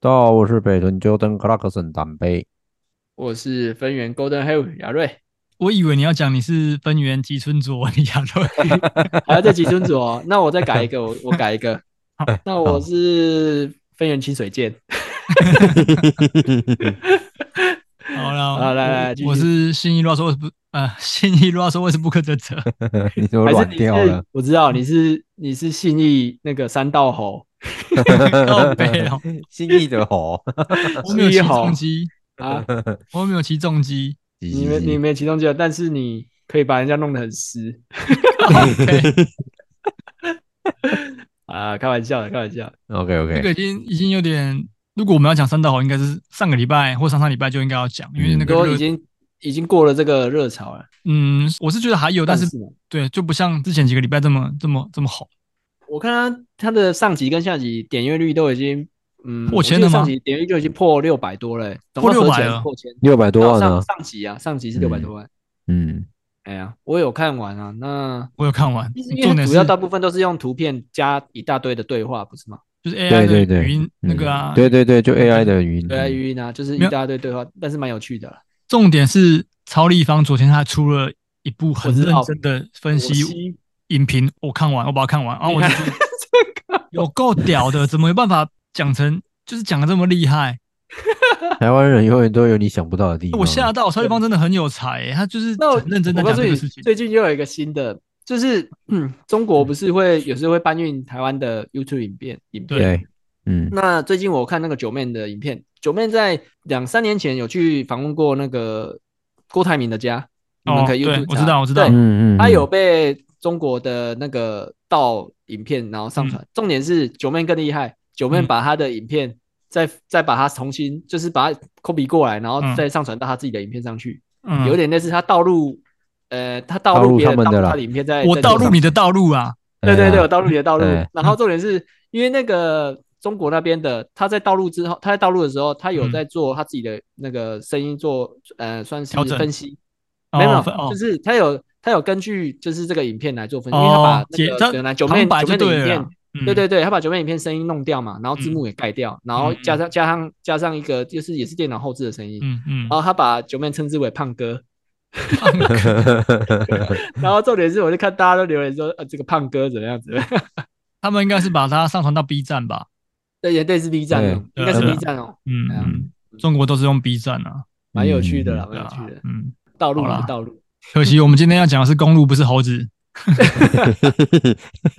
大家好，我是北屯 Jordan Clarkson 党杯。 我是分园 Golden Hill 亚瑞，我以为你要讲你是分园吉村佐李亚瑞，还有这吉村组哦。那我再改一个，我我改 一个。那我是分园清水剑，好了，好来来继续我是信义乱说，我是不呃 信义乱说，我是不可者者， 你怎么还是软你掉是了？？我知道你是你是信义那个三 道猴靠背 哦，心意的吼，我没有骑信义好重机，啊，我没有骑重 机， 你没你没其中就，但是你可以把人家弄得很湿啊，开玩笑的，开玩笑的。 OK 这个 OK，已经已经有点，如果我们要讲三道猴，应该是上个礼拜或上上礼拜就应该要讲，因为那嗯个都热已经已经过了这个热潮了，嗯，我是觉得还有，但是呢对，就不像之前几个礼拜这么这么这么红。我看他他的上集跟下集点阅率都已经，嗯，破千我记得了吗上集点阅率就已经破六百多了、欸，总破共合600起来了破千六百多万上啊！上集啊，上集是六百多万。嗯，哎呀，我有看完啊。那我有看完其实，因重点为它是主要大部分都是用图片加一大堆的对话，不是吗？就是对 AI 对的对，语音那嗯个啊，对对对，就 AI 的语音，对啊，语音啊，就是没一有大堆对话，但是蛮有趣的啦。重点是曹立方昨天他出了一部很我知认道真的分我析吸影评，我看完，我把它看完，然后我你就看觉得有够屌的，怎么有办法讲成就是讲的这么厉害？台湾人永远都有你想不到的地方。我吓到，曹立方真的很有才、欸他就是嗯那我很认真在我讲告诉这你，个事情。最近又有一个新的，就是 嗯，中国不是嗯会有时候会搬运台湾的 YouTube 影片影片。对，嗯那最近我看那个九妹的影片，九妹在两三年前有去访问过那个郭台铭的家，你们哦可以 y 对 o 我知道我知道对嗯嗯，他有被中国的那个盗影片，然后上传。重点是九妹更厉害，九妹嗯把他的影片再、再把它重新，就是把它 copy 过来，然后嗯再上传到他自己的影片上去，嗯，有点类似他盗录，呃，他盗盗录录别他们的盗录啦他的影片在，我在道路路上你的道路啊，对对对，啊有道路里的道路对。然后重点是因为那个中国那边的，他在道路之后，他在道路的时候，他有嗯在做他自己的那个声音做，呃，算是调整分析，哦没有，分哦就是他有他有根据就是这个影片来做分析，因为他把哦，那解个他本来九妹旁白九就妹的对影了片啦，，嗯对对对，他把九妹影片声音弄掉嘛，然后字嗯幕也盖掉，然后加上加上加上一个就是也是电脑后置的声音，嗯嗯然，后他把九妹称之为胖哥。 哎 然后重点是，我就看大家都留言说，呃，这个胖哥怎么样子？ 他们应该是把它上传到 B 站吧？对，也对是 B 站哦，对应该是对啊 B 站哦，嗯对啊嗯，中国都是用 B 站啊，蛮有趣的啦，对蛮有啊趣的，。嗯，道路好啦啊，道路，可惜我们今天要讲的是公路，不是猴子。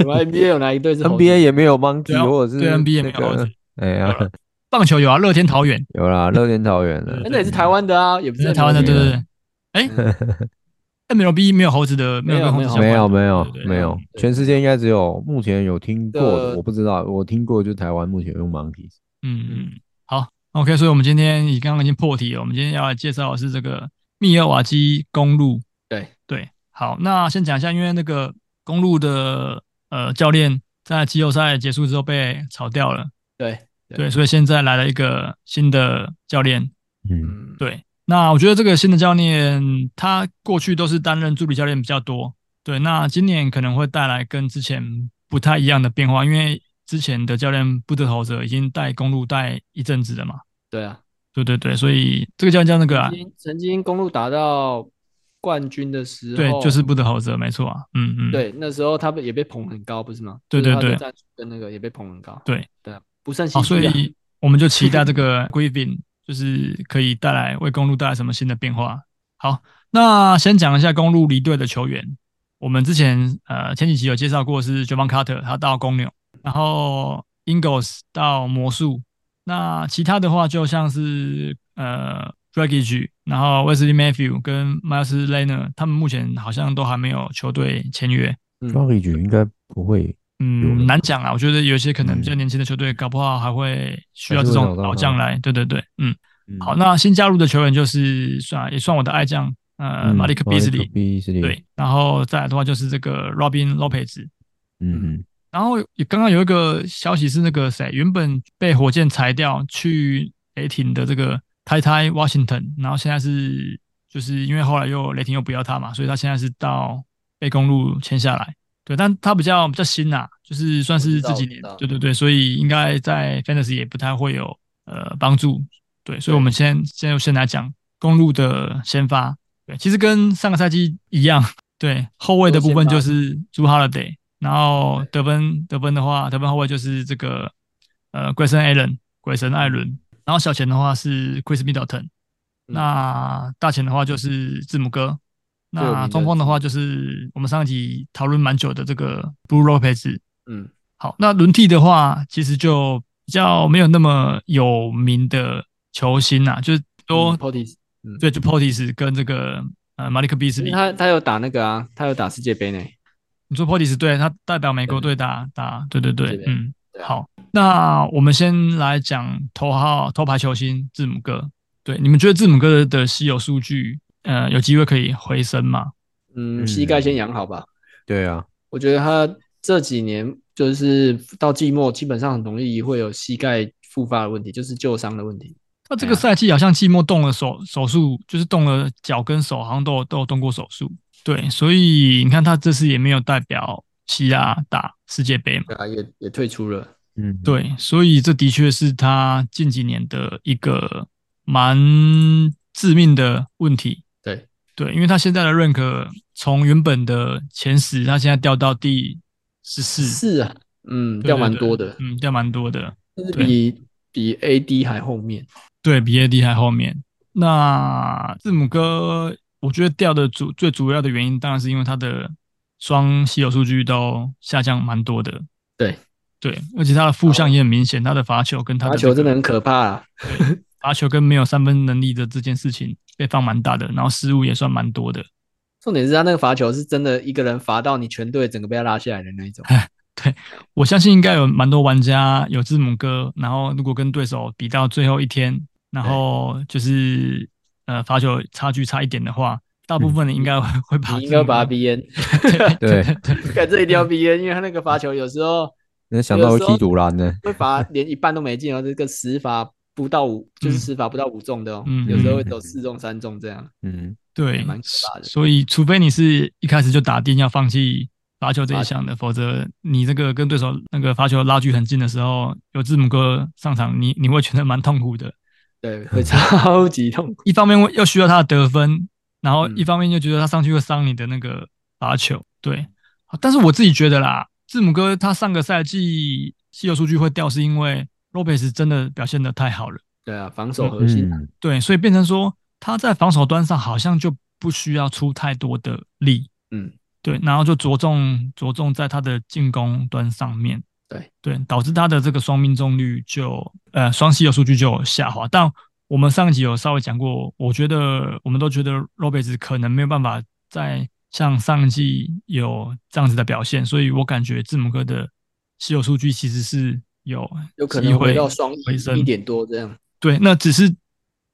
我们 NBA 有哪一队是猴子 NBA 也没有对 Monkey，啊或者是对 NBA 也没那有猴个子，哎呀，棒球有啊，乐天桃园 有啦，乐天桃园对的哎，那也是台湾的啊，也不在是台湾的，没对有对对。哎，MLB 没有猴子的，没有跟猴子相关没的有没有对对对没有，对全世界应该只有目前有听过的，呃我不知道，我听过就台湾目前用 Monkey，嗯嗯，好，OK，所以我们今天你刚刚已经破题了，我们今天要来介绍的是这个密尔瓦基公路。对对，好，那先讲一下，因为那个公路的呃教练在季后赛结束之后被炒掉了，对，对，所以现在来了一个新的教练。嗯嗯，对，那我觉得这个新的教练他过去都是担任助理教练比较多，对，那今年可能会带来跟之前不太一样的变化，因为之前的教练布德投泽已经带公路带一阵子了嘛，对啊，对对对，所以这个教练叫那个、啊曾，经曾经公路打到冠军的时候，对，就是嗯布德投泽，没错啊，嗯嗯，，对，那时候他们也被捧很高，不是吗？对就对是他的对战术跟那个也被捧很高，对哦对啊，不胜唏好，所嘘啊， 以我们就期待这个 Griffin 就是可以带来为公路带来什么新的变化。好，那先讲一下公路离队的球员。我们之前呃前几集有介绍过是 j a v o n Carter，他到公牛，然后 Ingles 到魔术。那其他的话就像是呃 Dragic，然后 Wesley Matthew 跟 Miles l e n e r 他们目前好像都还没有球队签约。抓一局应该不会，有嗯，的难讲啊。我觉得有一些可能嗯比较年轻的球队，搞不好还会需要还是这会种找到老他将来。对对对，嗯，嗯好，那新加入的球员就是算也算我的爱将，呃，嗯马里克·比斯利，比斯利，对，然后再来的话就是这个 Robin Lopez，嗯然后有刚刚有一个消息是那个谁，原本被火箭裁掉去雷霆的这个 Tai Tai Washington，然后现在是就是因为后来又雷霆又不要他嘛，所以他现在是到被公路签下来。对，但他比较比较新呐、就是算是这几年我知道我知道，对对对，所以应该在 Fantasy 也不太会有呃帮助。对，所以我们先先先来讲公路的先发。对，其实跟上个赛季一样，对后卫的部分就是朱 Holiday，然后得分得分的话，得分后卫就是这个呃鬼神 Allen 鬼神艾伦，然后小前的话是 Chris Middleton，、嗯那大前的话就是字母哥，最有名那的中锋的话就是我们上一集讨论蛮久的这个 Blue Lopez，嗯，好，那轮替的话，其实就比较没有那么有名的球星啊，就是说、 p o t i s 对，就 Portis 跟这个呃马里克·比斯利。嗯他他有打那个啊，他有打世界杯呢，你说 Portis 对他代表美国队打打，对对对对，的嗯对，啊好，那我们先来讲头号头牌球星字母哥。对，你们觉得字母哥的稀有数据，呃，有机会可以回升吗？嗯，嗯膝盖先养好吧。对啊，我觉得他这几年就是到季末，基本上很容易会有膝盖复发的问题，就是旧伤的问题。那这哎个呀赛季好像季末动了手手术，就是动了脚跟手，好像都有都有动过手术。对，所以你看他这次也没有代表西亚打世界杯嘛。对啊，也也退出了。嗯，对，所以这的确是他近几年的一个蛮致命的问题。对对，因为他现在的认可从原本的前十，他现在掉到第十四，是啊，嗯，对掉蛮对对多的，嗯，掉蛮多的。但是对比比 AD 还后面。对比 AD 还后面。那字母哥，我觉得掉的主最主要的原因，当然是因为他的双稀有数据都下降蛮多的。对对，而且他的负向也很明显，他的罚球跟他罚的球这真的个很可怕啊。罚球跟没有三分能力的这件事情被放蛮大的，然后失误也算蛮多的。重点是他那个罚球是真的一个人罚到你全队整个被他拉下来的那 一种。我相信应该有蛮多玩家有字母哥，然后如果跟对手比到最后一天，然后就是呃罚球差距差一点的话，大部分人应该会会把嗯你应该把他比。逼烟，对，看这一定要逼烟，因为他那个罚球有时候能想到会踢阻拦呢，会罚连一半都没进哦，这个十罚不到五，就是十罚不到五中的哦，嗯有时候会走四中三中这样。嗯，对也，蛮可怕的所以除非你是一开始就打定要放弃罚球这一项的，否则你这个跟对手那个罚球拉距很近的时候，有字母哥上场，你你会觉得蛮痛苦的。 对，会超级痛苦。一方面又需要他的得分，然后嗯一方面又觉得他上去会伤你的那个罚球。对，但是我自己觉得啦，字母哥他上个赛季稀有数据会掉，是因为 Lopez 真的表现的太好了。对啊，防守核心，嗯对，所以变成说他在防守端上好像就不需要出太多的力，嗯，对，然后就着重着重在他的进攻端上面，对对，导致他的这个双命中率就呃双稀有数据就有下滑。但我们上一集有稍微讲过，我觉得我们都觉得 r o b e r t 可能没有办法再像上一季有这样子的表现，所以我感觉字母哥的稀有数据其实是有有可机能会回到双一回升一点多这样。对，那只是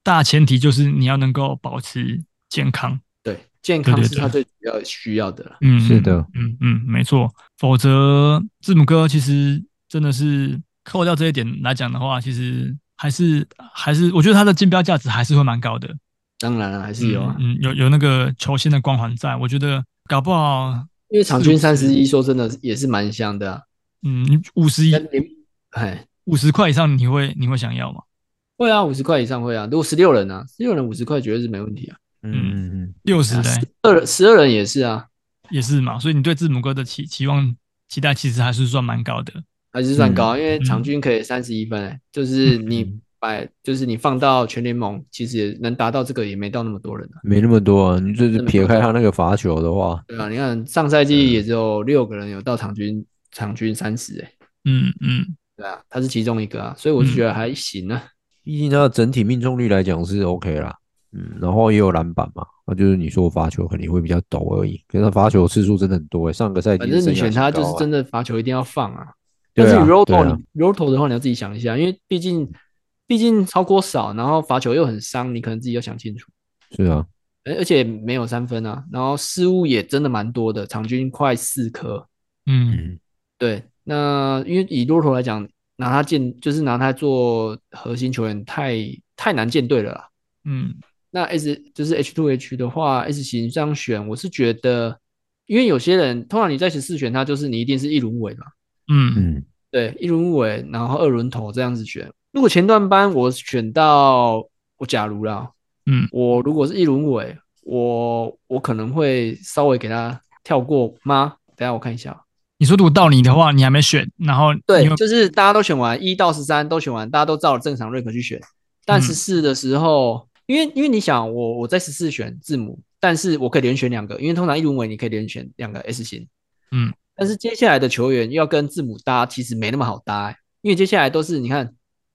大前提就是你要能够保持健康。对，健对康对是他对最主要需要的了。嗯，是的嗯，嗯嗯，没错。否则，字母哥其实真的是扣掉这一点来讲的话，其实还是还是，我觉得他的竞标价值还是会蛮高的。当然了，还是有啊，嗯，嗯有有那个球星的光环在，我觉得搞不好，因为场均三十一，说真的也是蛮香的啊。嗯，五十一那你，哎，五十块以上，你会你会想要吗？会啊，五十块以上会啊。如果十六人啊，十六人五十块绝对是没问题啊。嗯嗯嗯，六十嘞二十二人也是啊，也是嘛，所以你对字母哥的期期望期待其实还是算蛮高的。还是算高啊，因为场均可以三十一分、欸，就是你嗯哎，就是你放到全联盟，其实也能达到这个，也没到那么多人啊。没那么多啊。你就是撇开他那个罚球的话，对啊，你看上赛季也只有六个人有到场均场均三十，哎，嗯嗯，对啊，他是其中一个啊，所以我是觉得还行啊。毕竟他的整体命中率来讲是 OK 啦。嗯，然后也有篮板嘛，那就是你说罚球肯定会比较陡而已。可是他罚球次数真的很多、欸，上个赛季反正生你涯选新他就是高啊真的罚球一定要放啊。对但是啊 roto 对啊你 roto 的话，你要自己想一下，因为毕竟毕竟超过少，然后罚球又很伤，你可能自己要想清楚。是啊，而而且没有三分啊，然后失误也真的蛮多的，场均快四颗。嗯，嗯，对，那因为以 roto 来讲，拿他建就是拿他做核心球员太太难建队了啦。嗯，那 S 就是 H two H 的话，S 型这样选，我是觉得，因为有些人通常你在十四选他，就是你一定是一轮尾嘛，嗯，嗯，对，一轮尾，然后二轮头这样子选。如果前段班我选到我假如啦，嗯，我如果是一轮尾，我我可能会稍微给他跳过吗？等一下我看一下，哦你说如果到你的话，你还没选，然后对你会，就是大家都选完一到十三都选完，大家都照正常 rank 去选。但嗯十四的时候，因为因为你想我我在十四选字母，但是我可以连选两个，因为通常一轮尾你可以连选两个 S 型。嗯，但是接下来的球员要跟字母搭，其实没那么好搭、欸，因为接下来都是你看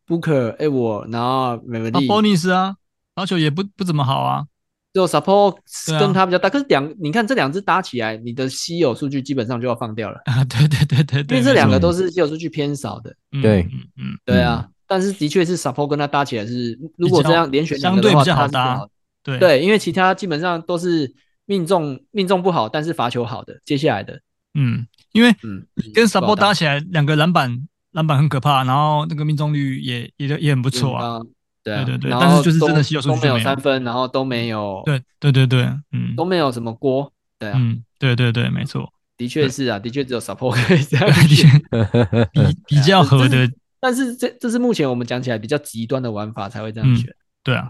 Booker、艾我，然后美文那利， bonus 啊，罚球也不不怎么好啊，就 Support 对啊跟他比较搭。可是两你看这两只搭起来，你的稀有数据基本上就要放掉了， 啊，对对对对因对，为这两个没错都是稀有数据偏少的。嗯对嗯嗯，对啊，但是的确是 Support 跟他搭起来是，如果这样连选两相个对的话，比较他好是最搭好的。对，对，因为其他基本上都是命中命中不好，但是罚球好的，接下来的，嗯，因为嗯，跟 support 搭起起来，两个篮板篮板很可怕，然后那个命中率也也也很不不错啊，。对啊对对对然但是后就是都真的稀有数都据没有没有三分，然后都没有，对对对对，嗯都没有什么锅，对啊，嗯，对对对，没错，的确是啊，的确只有 support 可以这样对选。比比较合这的是但是这这是目前我们讲起来比较极端的玩法才会这样嗯选。对啊，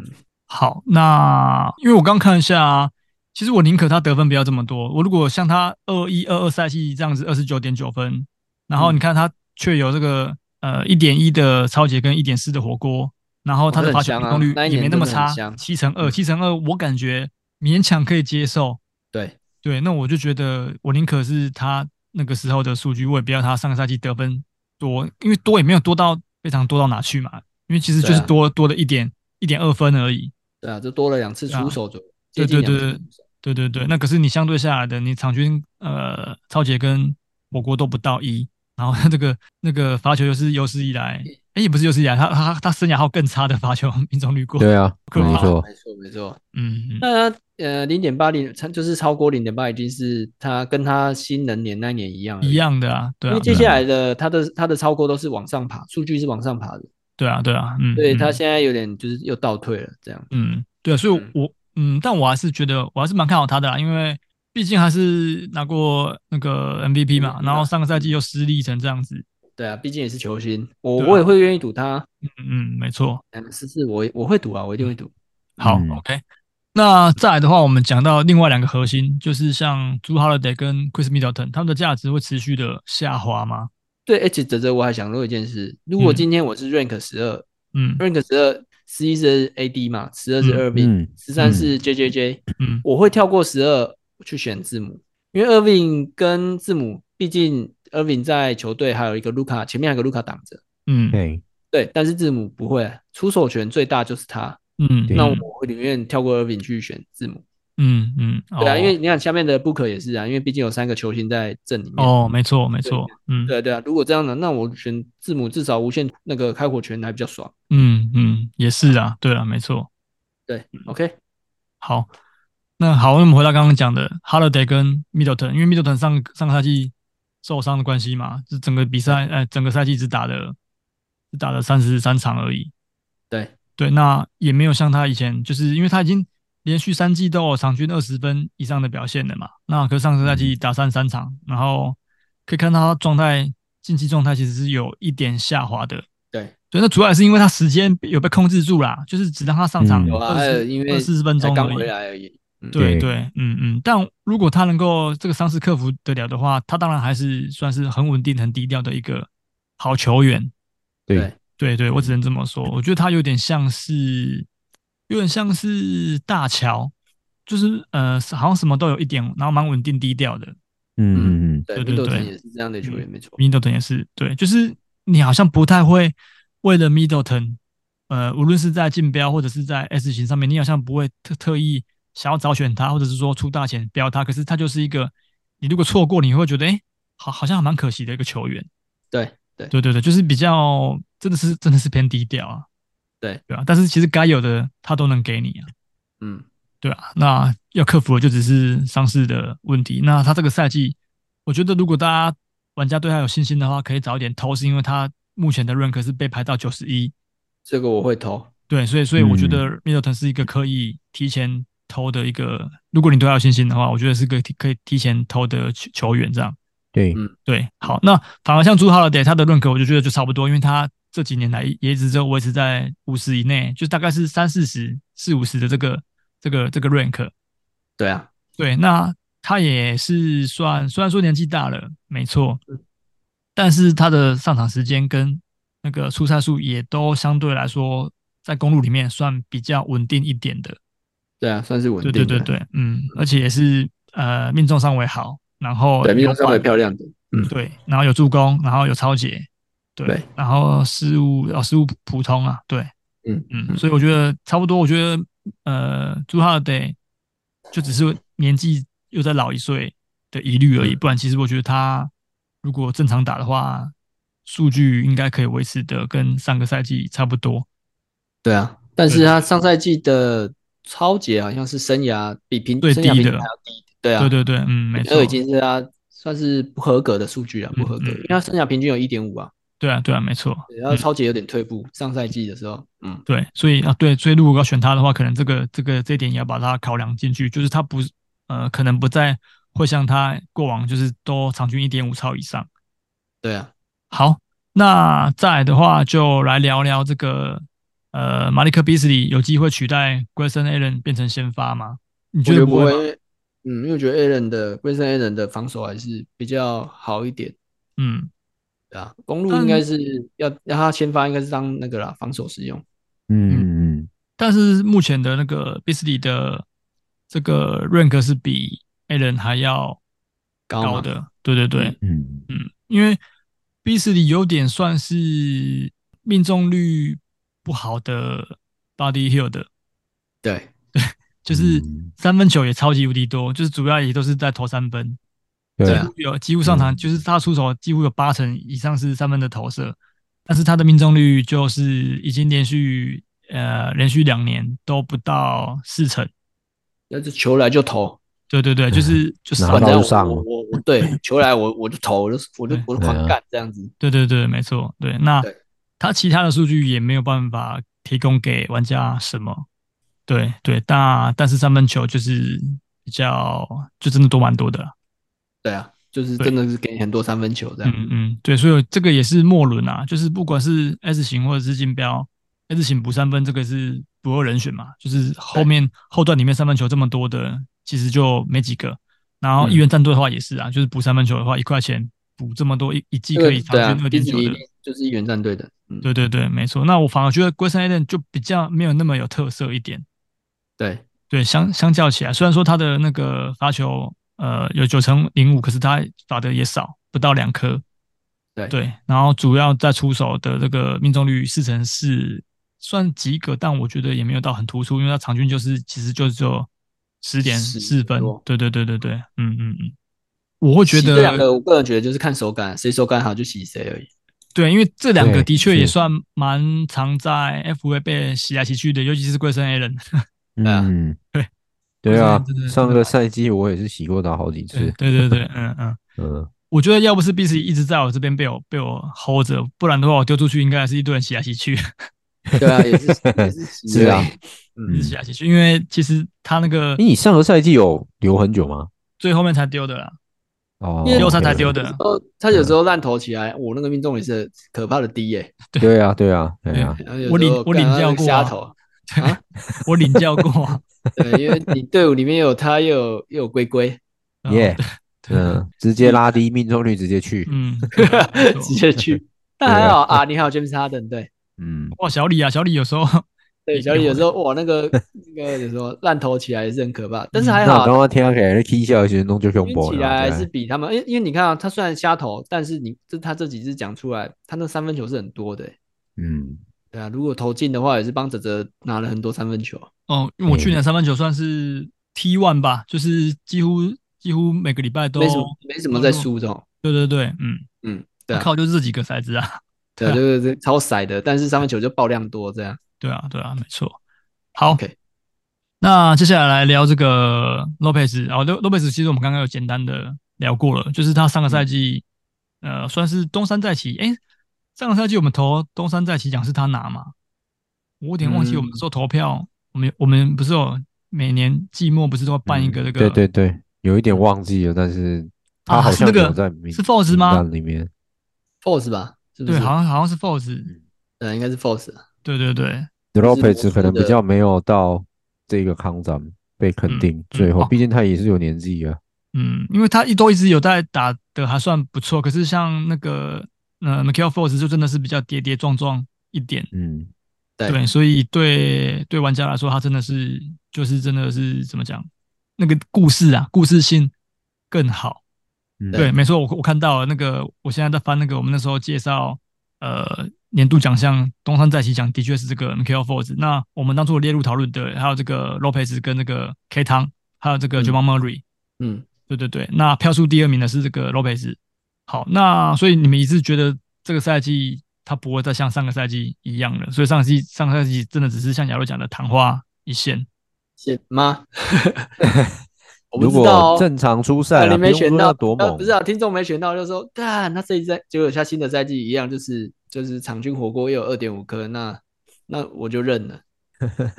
好，那因为我刚看一下、啊，其实我宁可他得分不要这么多。我如果像他二一二二赛季这样子二十九点九分，然后你看他却有这个呃一点一的超级跟一点四的火锅，然后他的罚球命中率也没么差，七乘二，七乘二，我感觉勉强可以接受。对，对，那我就觉得我宁可是他那个时候的数据，我也不要他上个赛季得分多，因为多也没有多到非常多到哪去嘛，因为其实就对是啊多、多的一点一点二分而已。对啊，就多了两次对啊出手左右，对接近对对两次出手。对对对，那可是你相对下来的，你场均呃超姐跟火锅都不到一，然后他这个那个罚球又是有史以来，哎也不是有史以来，他他他生涯还有更差的罚球 命中率过。对啊，可怕没错，没错，没错。嗯，嗯那呃，零点八零，它就是超过零点八，已经是他跟他新人年那一年一样，一。样的啊，对因啊为，接下来的他的他的超过都是往上爬，数据是往上爬的，对啊，对啊，嗯，所以他嗯现在有点就是又倒退了这样。嗯，对，所以嗯我嗯，但我还是觉得我还是蛮看好他的啦，因为毕竟还是拿过那个 MVP 嘛，嗯然后上个赛季又失利成这样子，对啊，毕竟也是球星，我对啊我也会愿意赌他。嗯嗯，没错。嗯，是是，我我会赌啊，我一定会赌。好、嗯 o k 那再来的话，我们讲到另外两个核心，就是像朱 Holiday 跟 Chris Middleton，他们的价值会持续的下滑吗？对 H 哲哲，我还想说一件事，如果嗯今天我是 rank 十二、嗯 r a n k 十二，十一是 AD 嘛，十二是二 V，嗯十三是 JJJ，嗯我会跳过十二去选字母，因为 Irving 跟字母，毕竟 Irving 在球队还有一个卢卡，前面还有一个卢卡挡着，嗯哎，对，但是字母不会，出手权最大就是他，嗯，对那我会宁愿跳过 Irving 去选字母，嗯嗯，哦对啊，因为你看下面的 Booker 也是啊，因为毕竟有三个球星在阵里面，哦，没错没错，嗯对啊对啊，如果这样的，那我选字母至少无限那个开火权还比较爽，嗯嗯，也是啊，对啊，没错。对，OK，嗯好，那好，那我们回到刚刚讲的 Holiday 跟 Middleton，因为 Middleton 上上个赛季受伤的关系嘛，是整个比赛呃整个赛季只打了只打了三十三场而已。对，对，那也没有像他以前，就是因为他已经连续三季都有场均二十分以上的表现了嘛。那可是上个赛嗯季打三十三场，然后可以看到他状态近期状态其实是有一点下滑的。对，对，那主要也是因为他时间有被控制住啦，就是只让他上场嗯有啊还有因为四十分才钟刚而已回来而已，嗯对对对，嗯嗯，但如果他能够这个伤势克服得了的话，他当然还是算是很稳定、很低调的一个好球员。对，对对，我只能这么说。我觉得他有点像是，有点像是大乔，就是呃，好像什么都有一点，然后蛮稳定低调的。嗯嗯嗯，对对对，Middleton 对嗯也是这样的球员，没错。 Middleton 也是，对，就是你好像不太会为了 Middleton，呃，无论是在竞标或者是在 S 型上面，你好像不会特特意想要找选他，或者是说出大钱标他。可是他就是一个，你如果错过，你会觉得，哎、好，好像还蛮可惜的一个球员。对对对对对，就是比较真的是真的是偏低调啊。对对啊，但是其实该有的他都能给你啊。嗯，对啊，那要克服的就只是伤势的问题。那他这个赛季，我觉得如果大家玩家对他有信心的话，可以早一点投，是因为他目前的认可是被排到九十一，这个我会投。对，所以所以我觉嗯得 Middleton 是一个可以提前投的一个，如果你对他有信心的话，我觉得是个提可以提前投的球球员这样。对嗯对，好，那反而像朱哈勒德他的认可，我就觉得就差不多，因为他这几年来也一直就维持在五十以内，就大概是三四十、四五十的这个这个这个 rank。对啊，对，那他也是算，虽然说年纪大了，没错嗯，但是他的上场时间跟那个出赛数也都相对来说在公路里面算比较稳定一点的。对啊，算是稳对定对的。对对，嗯，而且也是呃命中上位好，然后对，命中有稍微哦换漂亮的。嗯，对，然后有助攻，然后有超解，对，对然后失误哦失误普通啊，对，嗯嗯，所以我觉得差不多，我觉得呃朱哈得就只是年纪又再老一岁的疑虑而嗯已，不然其实我觉得他如果正常打的话，数据应该可以维持的跟上个赛季差不多，对啊，但是他上赛季的超节好像是生涯比平最生涯平低均的还要低。对啊，对对对，嗯，没这错已，经是他算是不合格的数据啊，嗯不合格，嗯因为他生涯平均有一点五啊，对啊对啊，没错，然后超节有点退步，上赛季的时候，嗯，对，所以啊，对，所以如果要选他的话，可能这个这个这一点也要把它考量进去，就是他不是呃，可能不再会像他过往就是都场均一点五超以上。对啊，好，那再来的话就来聊聊这个呃，马利克·比斯里有机会取代 Grayson Allen 变成先发吗？你我觉得觉得不不会会，吗因？为嗯，因为我觉得 A 人的 g r a s o n A 人的防守还是比较好一点，嗯，对啊，公路但应该是要让他先发，应该是当那个啦防守使用，嗯嗯但是目前的那个比斯里的这个 rank 是比 Allen 还要高高嘛，的，对对对。嗯嗯，因为比斯里有点算是命中率不好的 body hill 的，对就是嗯三分球也超级无敌多，就是主要也都是在投三分，对对几啊乎有几乎上场、嗯就是他出手几乎有八成以上是三分的投射，但是他的命中率就是已经连续呃连续两年都不到四成，那就球来就投，对对对，就是就是拿反到正就我上我我我对球来我我就投，我就我就对我就狂对啊干这样子，对对对，没错，对，那对他其他的数据也没有办法提供给玩家什么，对对，那但是三分球就是比较就真的多蛮多的啦，对啊，就是对真的是给你很多三分球这样，嗯嗯，对，所以这个也是末轮啊，就是不管是 S 型或者是竞标，S 型补三分这个是不二人选嘛，就是后面后段里面三分球这么多的，其实就没几个，然后嗯一元战队的话也是啊，就是补三分球的话一块钱补这么多一一季这个可以场对啊均二，一点直九一的定。就是一元战队的，嗯，对对对，没错。那我反而觉得 Grayson Allen 就比较没有那么有特色一点。对对，相相较起来，虽然说他的那个罚球，呃，有九成零五，可是他罚的也少，不到两颗。对对，然后主要在出手的这个命中率四成四，算及格，但我觉得也没有到很突出，因为他场均就是其实就只有十点四分10多。对对对对对，嗯嗯嗯，我会觉洗这两得个，我个人觉得就是看手感，谁手感好就洗谁而已。 对，因为这两个对的确也是算蛮常在 F A 被洗来洗去的，尤其是 Grayson Allen。啊嗯，对对啊真的真的，上个赛季我也是洗过他好几次，对对对，嗯嗯，嗯，我觉得要不是 B C 一直在我这边被我被我 hold 着，不然的话我丢出去应该还是一堆人洗来洗去，对啊，也是也是洗是啊而已，一直嗯，洗来洗去，因为其实他那个诶你上个赛季有留很久吗？最后面才丢的啦，哦，因为季后赛才丢的。的然，后他嗯有时候烂投起来，我那个命中率是可怕的低耶。对啊，对啊，对啊，然后有我时领候我领干他那教个过瞎啊投，对， 我领教过 啊，对，因为你队伍里面有他，又有又有 龟龟，然后耶，对嗯，直接拉低命中率，直接去， 嗯，对没错啊直接去。但还好啊，你好啊 James Harden，对嗯，哇，小李啊，小李有时候对，小李有时候哇，那个 那个有时候烂头起来也是很可怕，但是嗯还那我好刚啊，刚听起来踢笑，其实弄就胸晕部起来还是比他们，因为因为你看啊，他虽然瞎投，但是你这他这几支讲出来，他那三分球是很多的欸、嗯，对啊，如果投进的话，也是帮泽泽拿了很多三分球。哦，因为我去嗯年三分球算是 T one 吧，就是几乎几乎每个礼拜都没什么没什么在输这种，对对对，嗯，嗯，对啊哦靠就是这几个骰子啊，对，就是这超塞的，但是三分球就爆量多这样。对啊对啊，没错。好 OK 那接下来来聊这个 Lopez 哦，洛洛佩斯其实我们刚刚有简单的聊过了，就是他上个赛季、呃算是东山再起，诶，上个赛季我们投东山再起奖是他拿嘛？我有点忘记嗯我们做投票，我们我们不是有每年季末不是都会办一个这嗯个、对对对，有一点忘记了，但是啊他好是像那个有在名是 Fox 名吗单里面， Force 吧，是不是？对，好像好像是 Force，对，应该是 Force。啊对对对，就是我 Lopez 可能记得比较没有到这个康展被肯定，最后、哦毕竟他也是有年纪啊。嗯，因为他一都一直有在打的还算不错，可是像那个呃 Michael Force 就真的是比较跌跌撞撞一点，嗯，对对，所以对对玩家来说，他真的是就是真的是怎么讲，那个故事啊，故事性更好。嗯对，没错，我我看到了那个，我现在在翻那个我们那时候介绍呃年度奖项东山再起奖，的确是这个 Michael Force。那我们当初有列入讨论的，还有这个 Lopez 跟那个 K 汤，还有这个嗯 j a m a Murray。嗯，对对对，那票数第二名的是这个 Lopez。好，那所以你们一致觉得这个赛季他不会再像上个赛季一样了，所以上个赛季上个赛季真的只是像亚洛讲的昙花一现。谢吗？我不如知道果哦正常出赛啊啊，你没不用选说到，他多呃猛，不是啊，听众没选到就说，干，那这一赛结果像新的赛季一样，就是就是场均火锅也有二点五颗，那那我就 认了。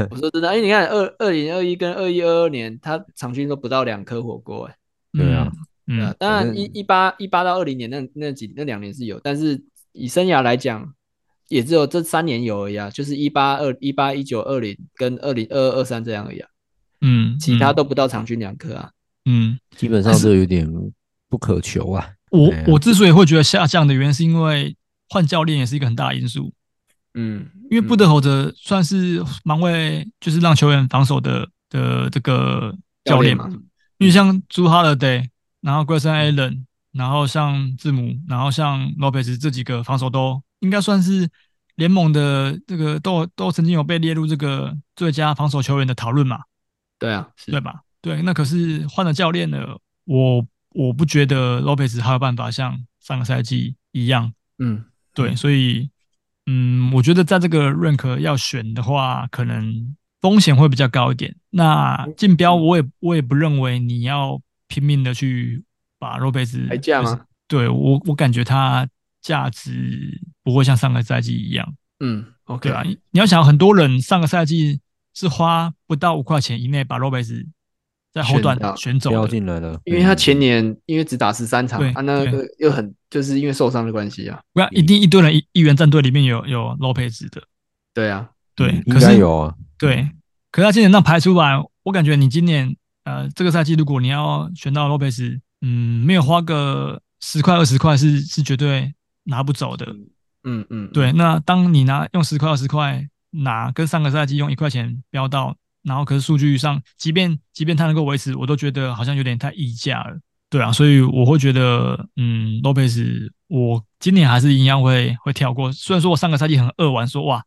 我说真的，哎、你看二二零二一跟二一二二年，他场均都不到两颗火锅、哎。对啊嗯，对嗯啊，当然反一正一八一八到二零年那那几那两年是有，但是以生涯来讲，也只有这三年有而已啊，就是一八二一八一九二零跟二零二二三这样而已啊，嗯，其他嗯都不到场均两颗啊。嗯，基本上这有点不可求啊。我对啊我之所以会觉得下降的原因，是因为换教练也是一个很大的因素，嗯，因为布德侯泽算是蛮会就是让球员防守的的这个教练嘛，因为像朱哈勒德，然后 Grayson Allen，然后像字母，然后像 Lopez 这几个防守都应该算是联盟的这个都都曾经有被列入这个最佳防守球员的讨论嘛，对啊，是对吧？对，那可是换了教练了，我我不觉得 Lopez 还有办法像上个赛季一样，嗯，对，所以嗯，我觉得在这个 rank 要选的话，可能风险会比较高一点。那竞标我也我也不认为你要拼命的去把洛贝兹还价吗？对我我感觉它价值不会像上个赛季一样，嗯，OK 对啊，你你要想很多人上个赛季是花不到五块钱以内把洛贝兹在后段选到选 走标的，进来了，因为他嗯前年因为只打十三场对啊，那个又很就是因为受伤的关系啊，不然一定一堆人一一员战队里面有有洛佩兹的，对啊，对，应可该是有啊。对，可是他今年让排出来，我感觉你今年呃这个赛季如果你要选到洛佩斯，嗯，没有花个十块二十块是是绝对拿不走的。嗯嗯，嗯，对，那当你拿用十块二十块拿，跟上个赛季用一块钱标到，然后可是数据上，即便即便他能够维持，我都觉得好像有点太溢价了。对啊，所以我会觉得，嗯，洛佩斯，我今年还是一样会会跳过。虽然说我上个赛季很扼腕，说哇，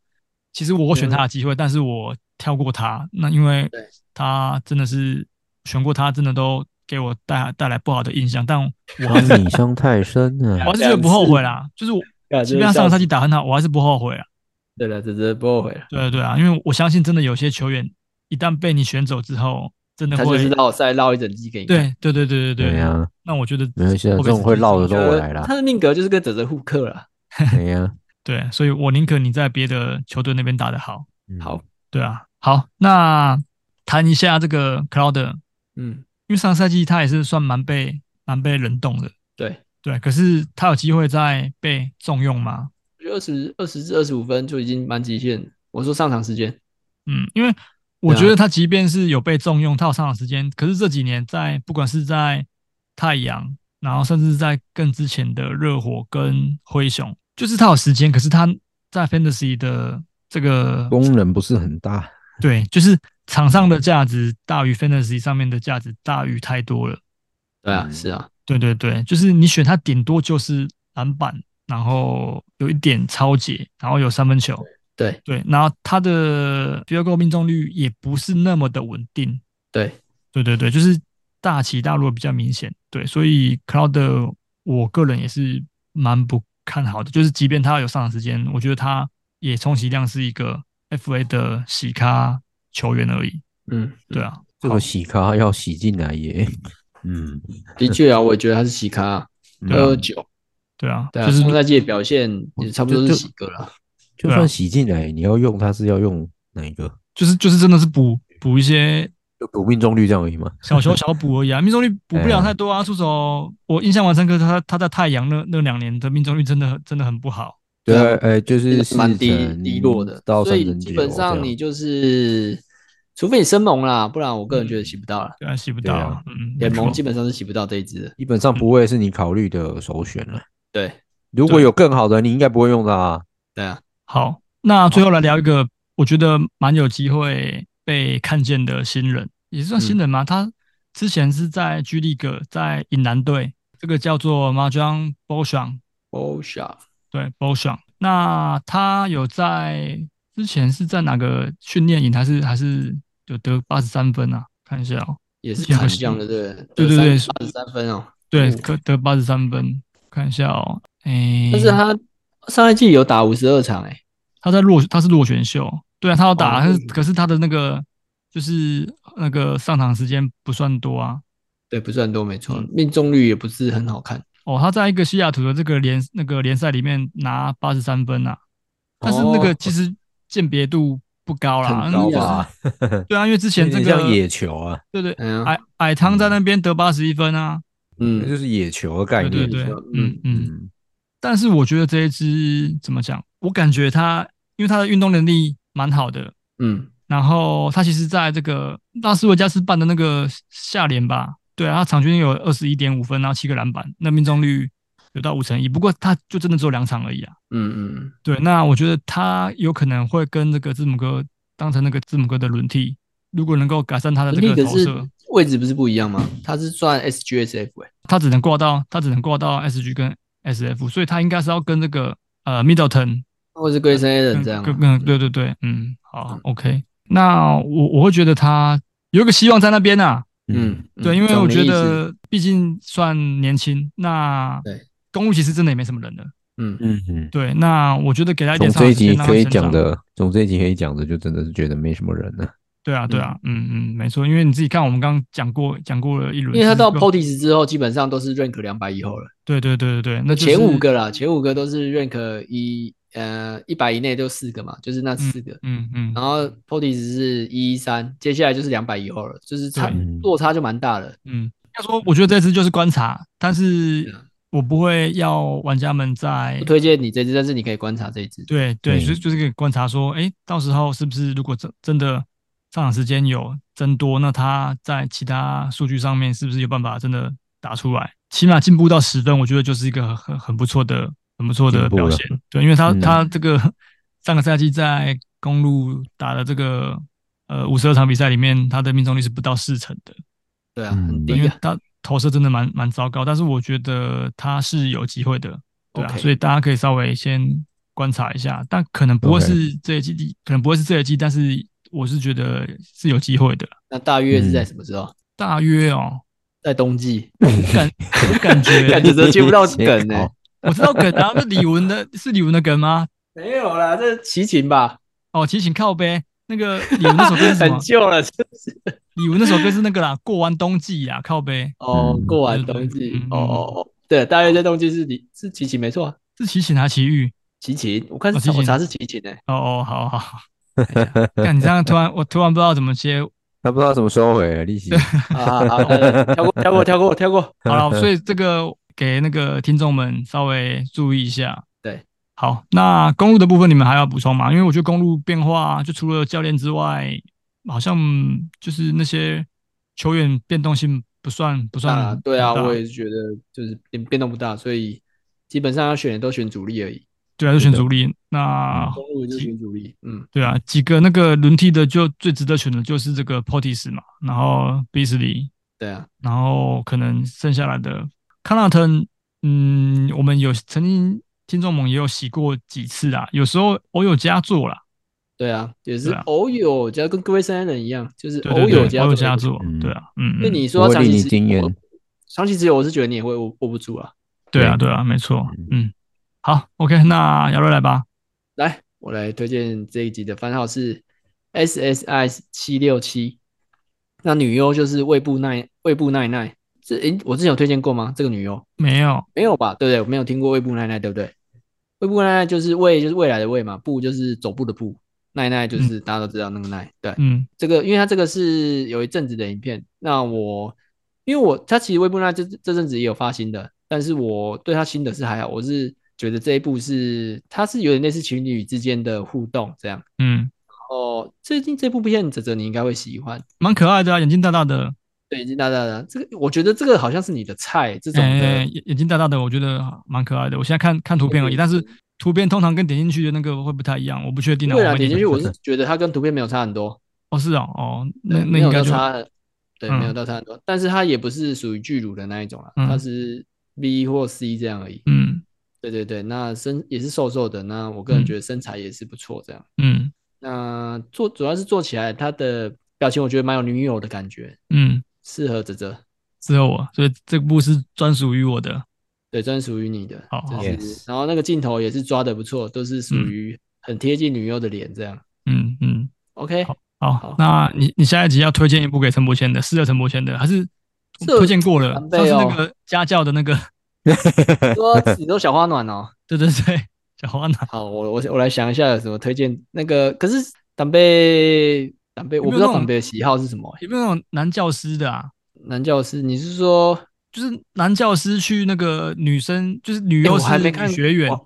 其实我选他的机会，但是我跳过他。那因为对他真的是选过他，真的都给我带带来不好的印象。但我还是他影伤太深啊我了还，是觉得不后悔啦，就是我感即便他上个赛季打很好，我还是不后悔啊。对了，这这不后悔了，对对啊，因为我相信真的有些球员一旦被你选走之后，真的他会就是绕赛绕一整季给你看。对对对 对对对呀、啊，那我觉得没关系啊后辈这种会是落的这都我样来啦他的命格就是跟泽泽互克了。对啊呀、对，所以我宁可你在别的球队那边打得好。嗯好，对啊，好，那谈一下这个 Cloud，因嗯，为上赛季他也是算蛮被蛮被冷冻的，对，对，可是他有机会再被重用吗？我觉得二十二十至二十五分就已经蛮极限了。我说上场时间，嗯，因为我对啊觉得他即便是有被重用，他有上场时间，可是这几年在不管是在太阳，然后甚至在更之前的热火跟灰熊，就是他有时间，可是他在 Fantasy 的这个功能不是很大。对，就是场上的价值大于 Fantasy 上面的价值大于太多了。对啊，嗯是啊，对对对，就是你选它顶多就是篮板，然后有一点超解，然后有三分球。对对，然后它的 field goal 命中率也不是那么的稳定。对，对对对，就是大起大落比较明显。对，所以 Cloud 我个人也是蛮不看好的，就是即便他有上场时间，我觉得他也充其量是一个 FA 的洗咖球员而已。嗯，对啊，这个洗咖要洗进来也， 嗯，的确啊，我也觉得他是洗咖啊，对啊二九，对啊，对啊，就是上赛季的表现也差不多就是就洗哥了。就算洗进来，你要用它是要用哪一个？就是就是真的是补补一些就赌命中率这样而已嘛。小球小补而已啊，命中率补不了太多啊。出手我印象蛮深刻，他他在太阳那那两年的命中率真的真的很不好。对对啊啊，呃，就是四蛮低成低嗯落的，到所三以成基九哦本这上样你就是，除非你生盟啦，不然我个人觉得洗不到了。对啊，洗不到对啊，嗯，联盟没错基本上是洗不到这一支的，基本上不会是你考虑的首选了。对如果有更好的，你应该不会用它啊。对啊，好，那最后来聊一个我觉得蛮有机会被看见的新人，也算新人吗？嗯他之前是在 G League 在引南队，这个叫做 Mahjong b o s h a n 包下对 b o s h a n 那他有在之前是在哪个训练营，还是还是有得八十三分啊？看一下哦，也是之前蛮不是像的，对不对对对是八十三分哦。对，哦可得八十三分，看一下哦，诶、但是他上赛季有打五十二场，哎，他在落他是落选秀，对啊，他要打，哦但是对可是他的那个就是那个上场时间不算多啊。对，不算多，没错嗯，命中率也不是很好看。哦，他在一个西雅图的这个联那个联赛里面拿八十三分啊，但是那个哦其实鉴别度不高啦，很那高就是吧？对啊，因为之前这有点 像个野球啊，对对，嗯矮矮汤在那边得八十一分啊，那嗯，就是野球的概对念。对对没错，嗯嗯。嗯，但是我觉得这一支怎么讲，我感觉他因为他的运动能力蛮好的，嗯，然后他其实在这个拉斯维加斯办的那个下联吧，对啊，他场均有二十一点五分，然后七个篮板，那命中率有到五成一，不过他就真的只有两场而已啊。嗯嗯，对，那我觉得他有可能会跟这个字母哥当成那个字母哥的轮替，如果能够改善他的这那个个投是射，位置不是不一样吗？他是算 SGSF 哎，他只能挂到他只能挂到 SG 跟 SF，所以他应该是要跟这个呃 Middleton 或是 Grayson Allen 这样啊。跟跟对对对，嗯，好，OK，那我我会觉得他有一个希望在那边啊。嗯，嗯对，因为懂我你觉意思得毕竟算年轻，那对公务其实真的也没什么人了。嗯，嗯嗯。对，那我觉得给他一从点这一集上场时间让他可以成长讲，的，从这一集可以讲的，就真的是觉得没什么人了。对啊，对啊，嗯嗯，没错，因为你自己看，我们刚刚讲过讲过了一轮，因为他到就是 Potis 之后，基本上都是 rank 两百以后了。对对对对对，那就是前五个啦，前五个都是 rank 一呃一百以内都四个嘛，就是那四个。嗯嗯然，后 Potis 是一一三，接下来就是两百以后了，就是差对落差就蛮大了。嗯，要说我觉得这次就是观察，但是对啊我不会要玩家们在不推荐你这只，但是你可以观察这一只。对对，对就就是可以观察说，哎，到时候是不是如果真真的上场时间有增多，那他在其他数据上面是不是有办法真的打出来？起码进步到十分，我觉得就是一个很很很不错的、很不错的进步表了现。对，因为他、嗯他这个 上个赛季在公路打的这个呃五十二场比赛里面，他的命中率是不到四成的，对啊，嗯很因低为啊。他投射真的蛮蛮糟糕。但是我觉得他是有机会的，对啊 OK 所以大家可以稍微先观察一下，但可能不会 OK 是这一季可能不会是这一季，但是我是觉得是有机会的。那大约是在什么时候？大约哦，在冬季。我感我感 感觉觉都接不到梗呢、好我知道梗啊，那李玟的是李玟的梗吗？没有啦，这齐秦吧，哦，其实请靠背。那个李玟那首歌是什么 很？旧了，就是李玟那首歌是那个啦，过完冬季啦，靠背哦，嗯过完对对冬季嗯嗯，哦哦哦，对，大约在冬季是你是齐秦没错啊。是齐秦还是齐豫？齐秦，我看哦是查、齐秦我查是齐 秦诶，哦哦，好好好。看你这样突然，我突然不知道怎么接，他不知道什么时候回利息。啊，好，呃跳过，跳过，跳过，跳过。 好了，所以这个给那个听众们稍微注意一下。对，好，那公路的部分你们还要补充吗？因为我觉得公路变化，就除了教练之外，好像嗯就是那些球员变动性不算不算啊很，对啊，大我也是觉得就是变变动不大，所以基本上要选的都选主力而已。对啊，就选主力。那中路就是群主力，嗯，对啊，几个那个轮替的就最值得选的就是这个 Portis 嘛，然后 Beasley，对啊，然后可能剩下来的 c a r l t o n 嗯，我们有曾经听众们也有洗过几次啊，有时候偶有佳作啦，对啊，也是对啊偶有加跟各位三人一样，就是对偶对有对，加偶有入佳作嗯，对啊，嗯，嗯那你说不要会长令期你持惊有艳，长期持有，我是觉得你也会握握不住啊。对啊，对对啊，没错，嗯，好，OK，那姚瑞来吧，来，我来推荐这一集的番号是 SSIS 七六七，那女优就是胃部奈胃部奈奈，这诶，我之前有推荐过吗？这个女优没有，没有吧？对不对？我没有听过胃部奈奈，对不对？胃部奈奈就是胃就是未来的未嘛，步就是走步的步，奈奈就是大家都知道那个奈，对。嗯这个，因为它这个是有一阵子的影片，那我因为我它其实微布纳这这阵子也有发新的，但是我对它新的是还好，我是觉得这一部是它是有点类似情侣之间的互动这样。嗯，哦，最近这部片泽泽你应该会喜欢，蛮可爱的啊，眼睛大大的，对，已经大大的这个，我觉得这个好像是你的菜，这种哎，的眼眼睛大大的，我觉得蛮可爱的。我现在看看图片而已，但是图片通常跟点进去的那个会不太一样，我不确定啊。未我来会点进去，看我是觉得它跟图片没有差很多，哦是啊哦，那对那嗯没有应到该就差很，对，嗯没有到差很多，但是它也不是属于巨乳的那一种啦，嗯它是 B 或 C 这样而已。嗯对对对，那身也是瘦瘦的，那我个人觉得身材也是不错，这样。嗯那做主要是做起来，他的表情我觉得蛮有女友的感觉，嗯，适合泽泽，之后我，所以这部是专属于我的。对，专属于你的。好好这是 Yes 然后那个镜头也是抓的不错，都是属于很贴近女优的脸这样。嗯嗯， OK，好好，那你你下一集要推荐一部给陈柏谦的，适合陈柏谦的，还是这推荐过了？完备上次哦那个家教的那个， 说你都小花暖哦。对对对， 小花男，好，我我我来想一下有什么推荐。那个可是党贝党贝，有我没有不知道那种党贝的喜好是什么、欸。有没有那种男教师的啊？男教师，你是说就是男教师去那个女生，就是女欸优我是还女没看学员，哦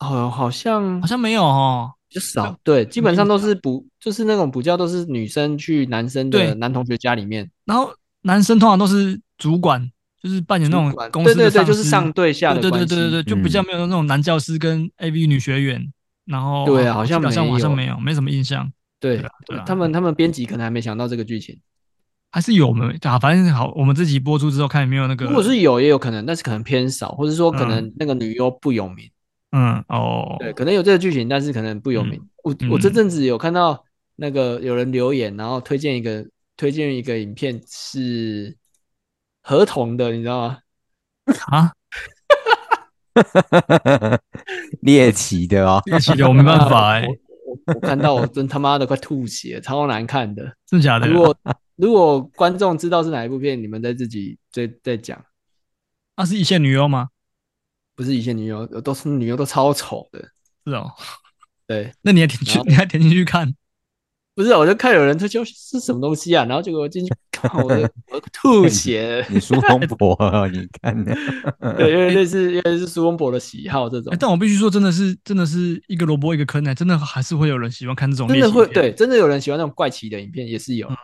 哦，好像好像嗯没有哦。比较少，对，基本上都是补，就是那种补教都是女生去男生对的男同学家里面，然后男生通常都是主管，就是扮演那种主管公司对的对对，上就司，是上对下的对对关对系。对对对，就比较没有那种男教师跟 AV 女学员。然后对啊我好记像得好像没好像有没有，没什么印象，对对啊对啊他们他们编辑可能还没想到这个剧情，还是有没啊？反正好，我们这集播出之后看有没有那个，如果是有也有可能，但是可能偏少，或者说可能啊嗯那个女优不有名，嗯哦，对，可能有这个剧情，但是可能不有名。我我这嗯阵子有看到那个有人留言，然后推荐一个推荐一个影片是合同的，你知道吗？啊， 猎奇的哦，猎奇的我没办法 哎、我看到我真他妈的快吐血，超难看的。真假的？如果如果观众知道是哪一部片，你们再自己再再讲。那是一线女优吗？不是以前女优，都是女优都超丑的。是哦，对，那你还点去然，后你还点进去看？不是，啊我就看有人推荐是什么东西啊，然后结果我进去 看，我的我都吐血了。你苏 东坡哦，你看的，对，因为类似，因为是苏文博的喜好这种嗯哎，，但我必须说，真的是真的是一个萝卜一个坑哎、真的还是会有人喜欢看这种真猎的奇会片对，真的有人喜欢那种怪奇的影片，也是有。哦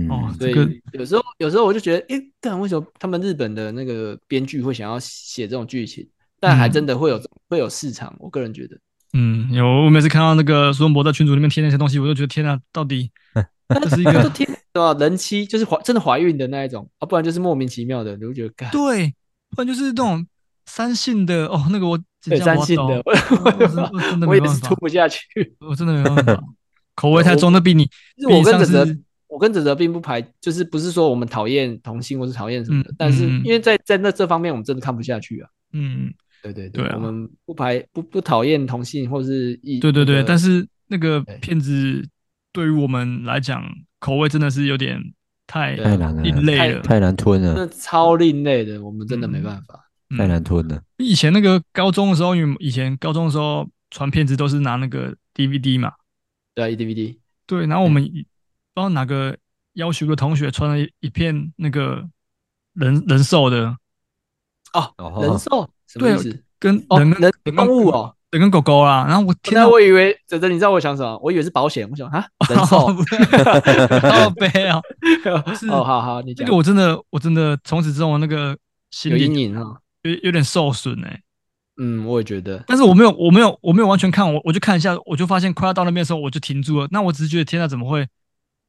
嗯，，所这个以有时候，有时候我就觉得，哎，但为什么他们日本的那个编剧会想要写这种剧情？但还真的会有会有市场，我个人觉得。嗯，有我每次看到那个苏文博在群组里面贴那些东西，我就觉得天啊，到底这是一都个天对吧？人妻就是怀真的怀孕的那一种啊，不然就是莫名其妙的，你就觉得 干对，不然就是那种三性的哦，那个我真对的三性我的，懂嗯我真的我真的我没也办是法吞，不下去。我真的没办 法，口味太重，那比你其实我比跟上泽泽次，我跟泽泽并不排，就是不是说我们讨厌同性或是讨厌什么的，嗯但是嗯嗯因为在在那这方面我们真的看不下去啊。嗯，对对对啊我们不排不不讨厌同性或是异，对对对，那个但是那个对片子对于我们来讲，口味真的是有点太对啊太难了，另类了。太难吞真的了，超另类的，我们真的没办法。太嗯，难吞了。以前那个高中的时候，因为以前高中的时候传片子都是拿那个 DVD 嘛，对啊，E D V D，对，然后我们一不知道哪个要求的同学穿了一一片那个人人兽的，哦嗯人兽什么对意思？跟哦，人跟、人人跟动物哦。人跟狗狗啦。然后我天那 到我以为泽泽，你知道我想什么？我以为是保险，我想啊， 人兽。好悲啊！是哦，好好， 你这讲。个我真的我真的从此之后那个心有阴里影啊、有有点受损哎、嗯，我也觉得，但是我没有，我没有，我没有完全看，我我就看一下，我就发现快要到那边的时候，我就停住了。那我只是觉得，天啊，怎么会，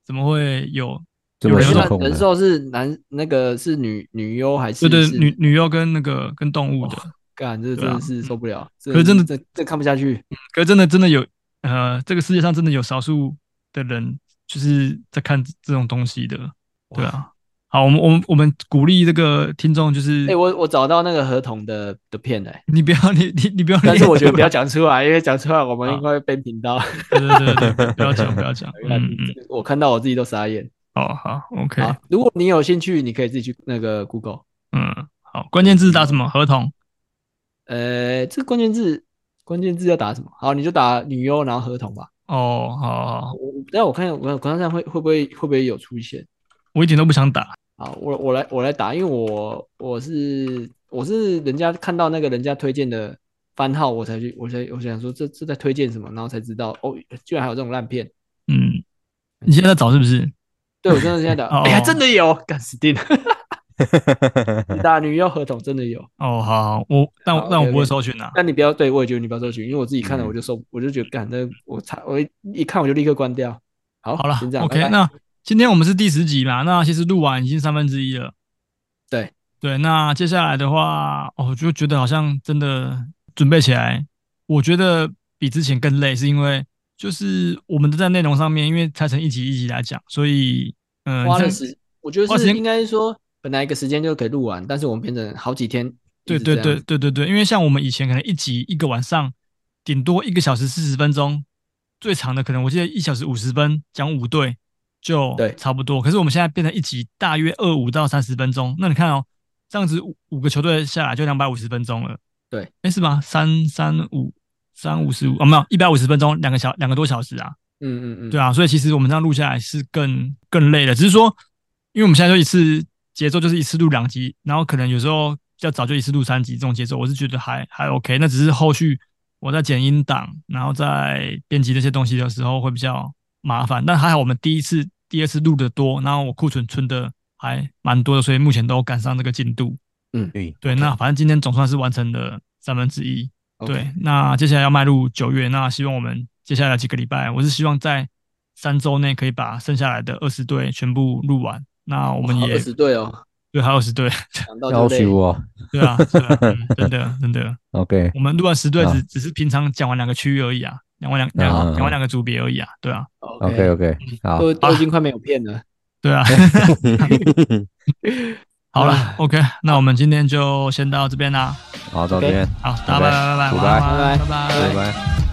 怎么会有？这有么人失说那控人的，兽是男那个是女女优还是对对，是女女优跟那个跟动物的，干这对真啊的是受不了，可是真的嗯这这看不下去，可是真的真的有，呃，这个世界上真的有少数的人就是在看这种东西的，对啊。好，我们我们我们鼓励这个听众，就是哎、我我找到那个合同的的片了、欸你不要 你你你不要，但是我觉得不不要讲出来，因为讲出来我们应该会被 频 道。对对对对，不要讲不要 讲，嗯嗯，这个我看到我自己都傻眼。好好，OK，好，如果你有兴趣，你可以自己去那个 Google。嗯，好，关键字打什么？合同，呃，这个关键字关键字要打什么？好，你就打女优，然后合同吧。哦，好好好，我但我看我我看看会会不会会不会有出现？我一点都不想打，好，我我来我来打，因为我我是我是人家看到那个人家推荐的番号，我才去我才我想说这这在推荐什么，然后才知道哦，居然还有这种烂片。嗯，你现在在找是不是？对我真的现在打，哦哎、还真的有，干死定了！ 打女优合同真的有，哦，好，好我但我好但我 OK，OK 不会搜寻啊，但你不要对我也觉得你不要搜寻，因为我自己看嗯了我就受，我就觉得干，那我差我一一看我就立刻关掉。好，好了先这样拜，OK，拜那今天我们是第十集嘛，那其实录完已经三分之一了，对对，那接下来的话，哦我就觉得好像真的准备起来，我觉得比之前更累，是因为就是我们都在内容上面，因为拆成一集一集来讲，所以嗯，花你了像时，我觉得花时是间应该说本来一个时间就可以录完，但是我们变成好几天。对对对，对对对，因为像我们以前可能一集一个晚上，顶多一个小时四十分钟，最长的可能我记得一小时五十分，讲五对就对差不多。可是我们现在变成一集大约二五到三十分钟，那你看哦，这样子五五个球队下来就两百五十分钟了。对，哎是吗？三三五三五十五哦，没有一百五十分钟，两个小两个多小时啊。嗯嗯嗯，对啊，所以其实我们这样录下来是更更累的，只是说，因为我们现在就一次节奏就是一次录两集，然后可能有时候比较早就一次录三集这种节奏，我是觉得还还 OK。那只是后续我在剪音档，然后在编辑这些东西的时候会比较麻烦，但还好我们第一次、第二次录的多，然后我库存存的还蛮多的，所以目前都赶上这个进度。对对，那反正今天总算是完成了三分之一。 OK 对，那接下来要迈入九月，那希望我们接下来几个礼拜，我是希望在三周内可以把剩下来的二十队全部录完。那我我们也二十队哦，对，还有二十队，想到要就累求。我对啊，对啊，嗯真的真的， ，OK，我们录完十队只啊只是平常讲完两个区域而已啊，讲完两两啊啊啊讲完两个组别而已啊，对啊， OK OK，好，都都已经快没有片了。对 啊。好了啊，OK，那我们今天就先到这边啦。好，到这边，好，大家拜拜拜拜，拜拜晚安拜拜拜拜拜拜。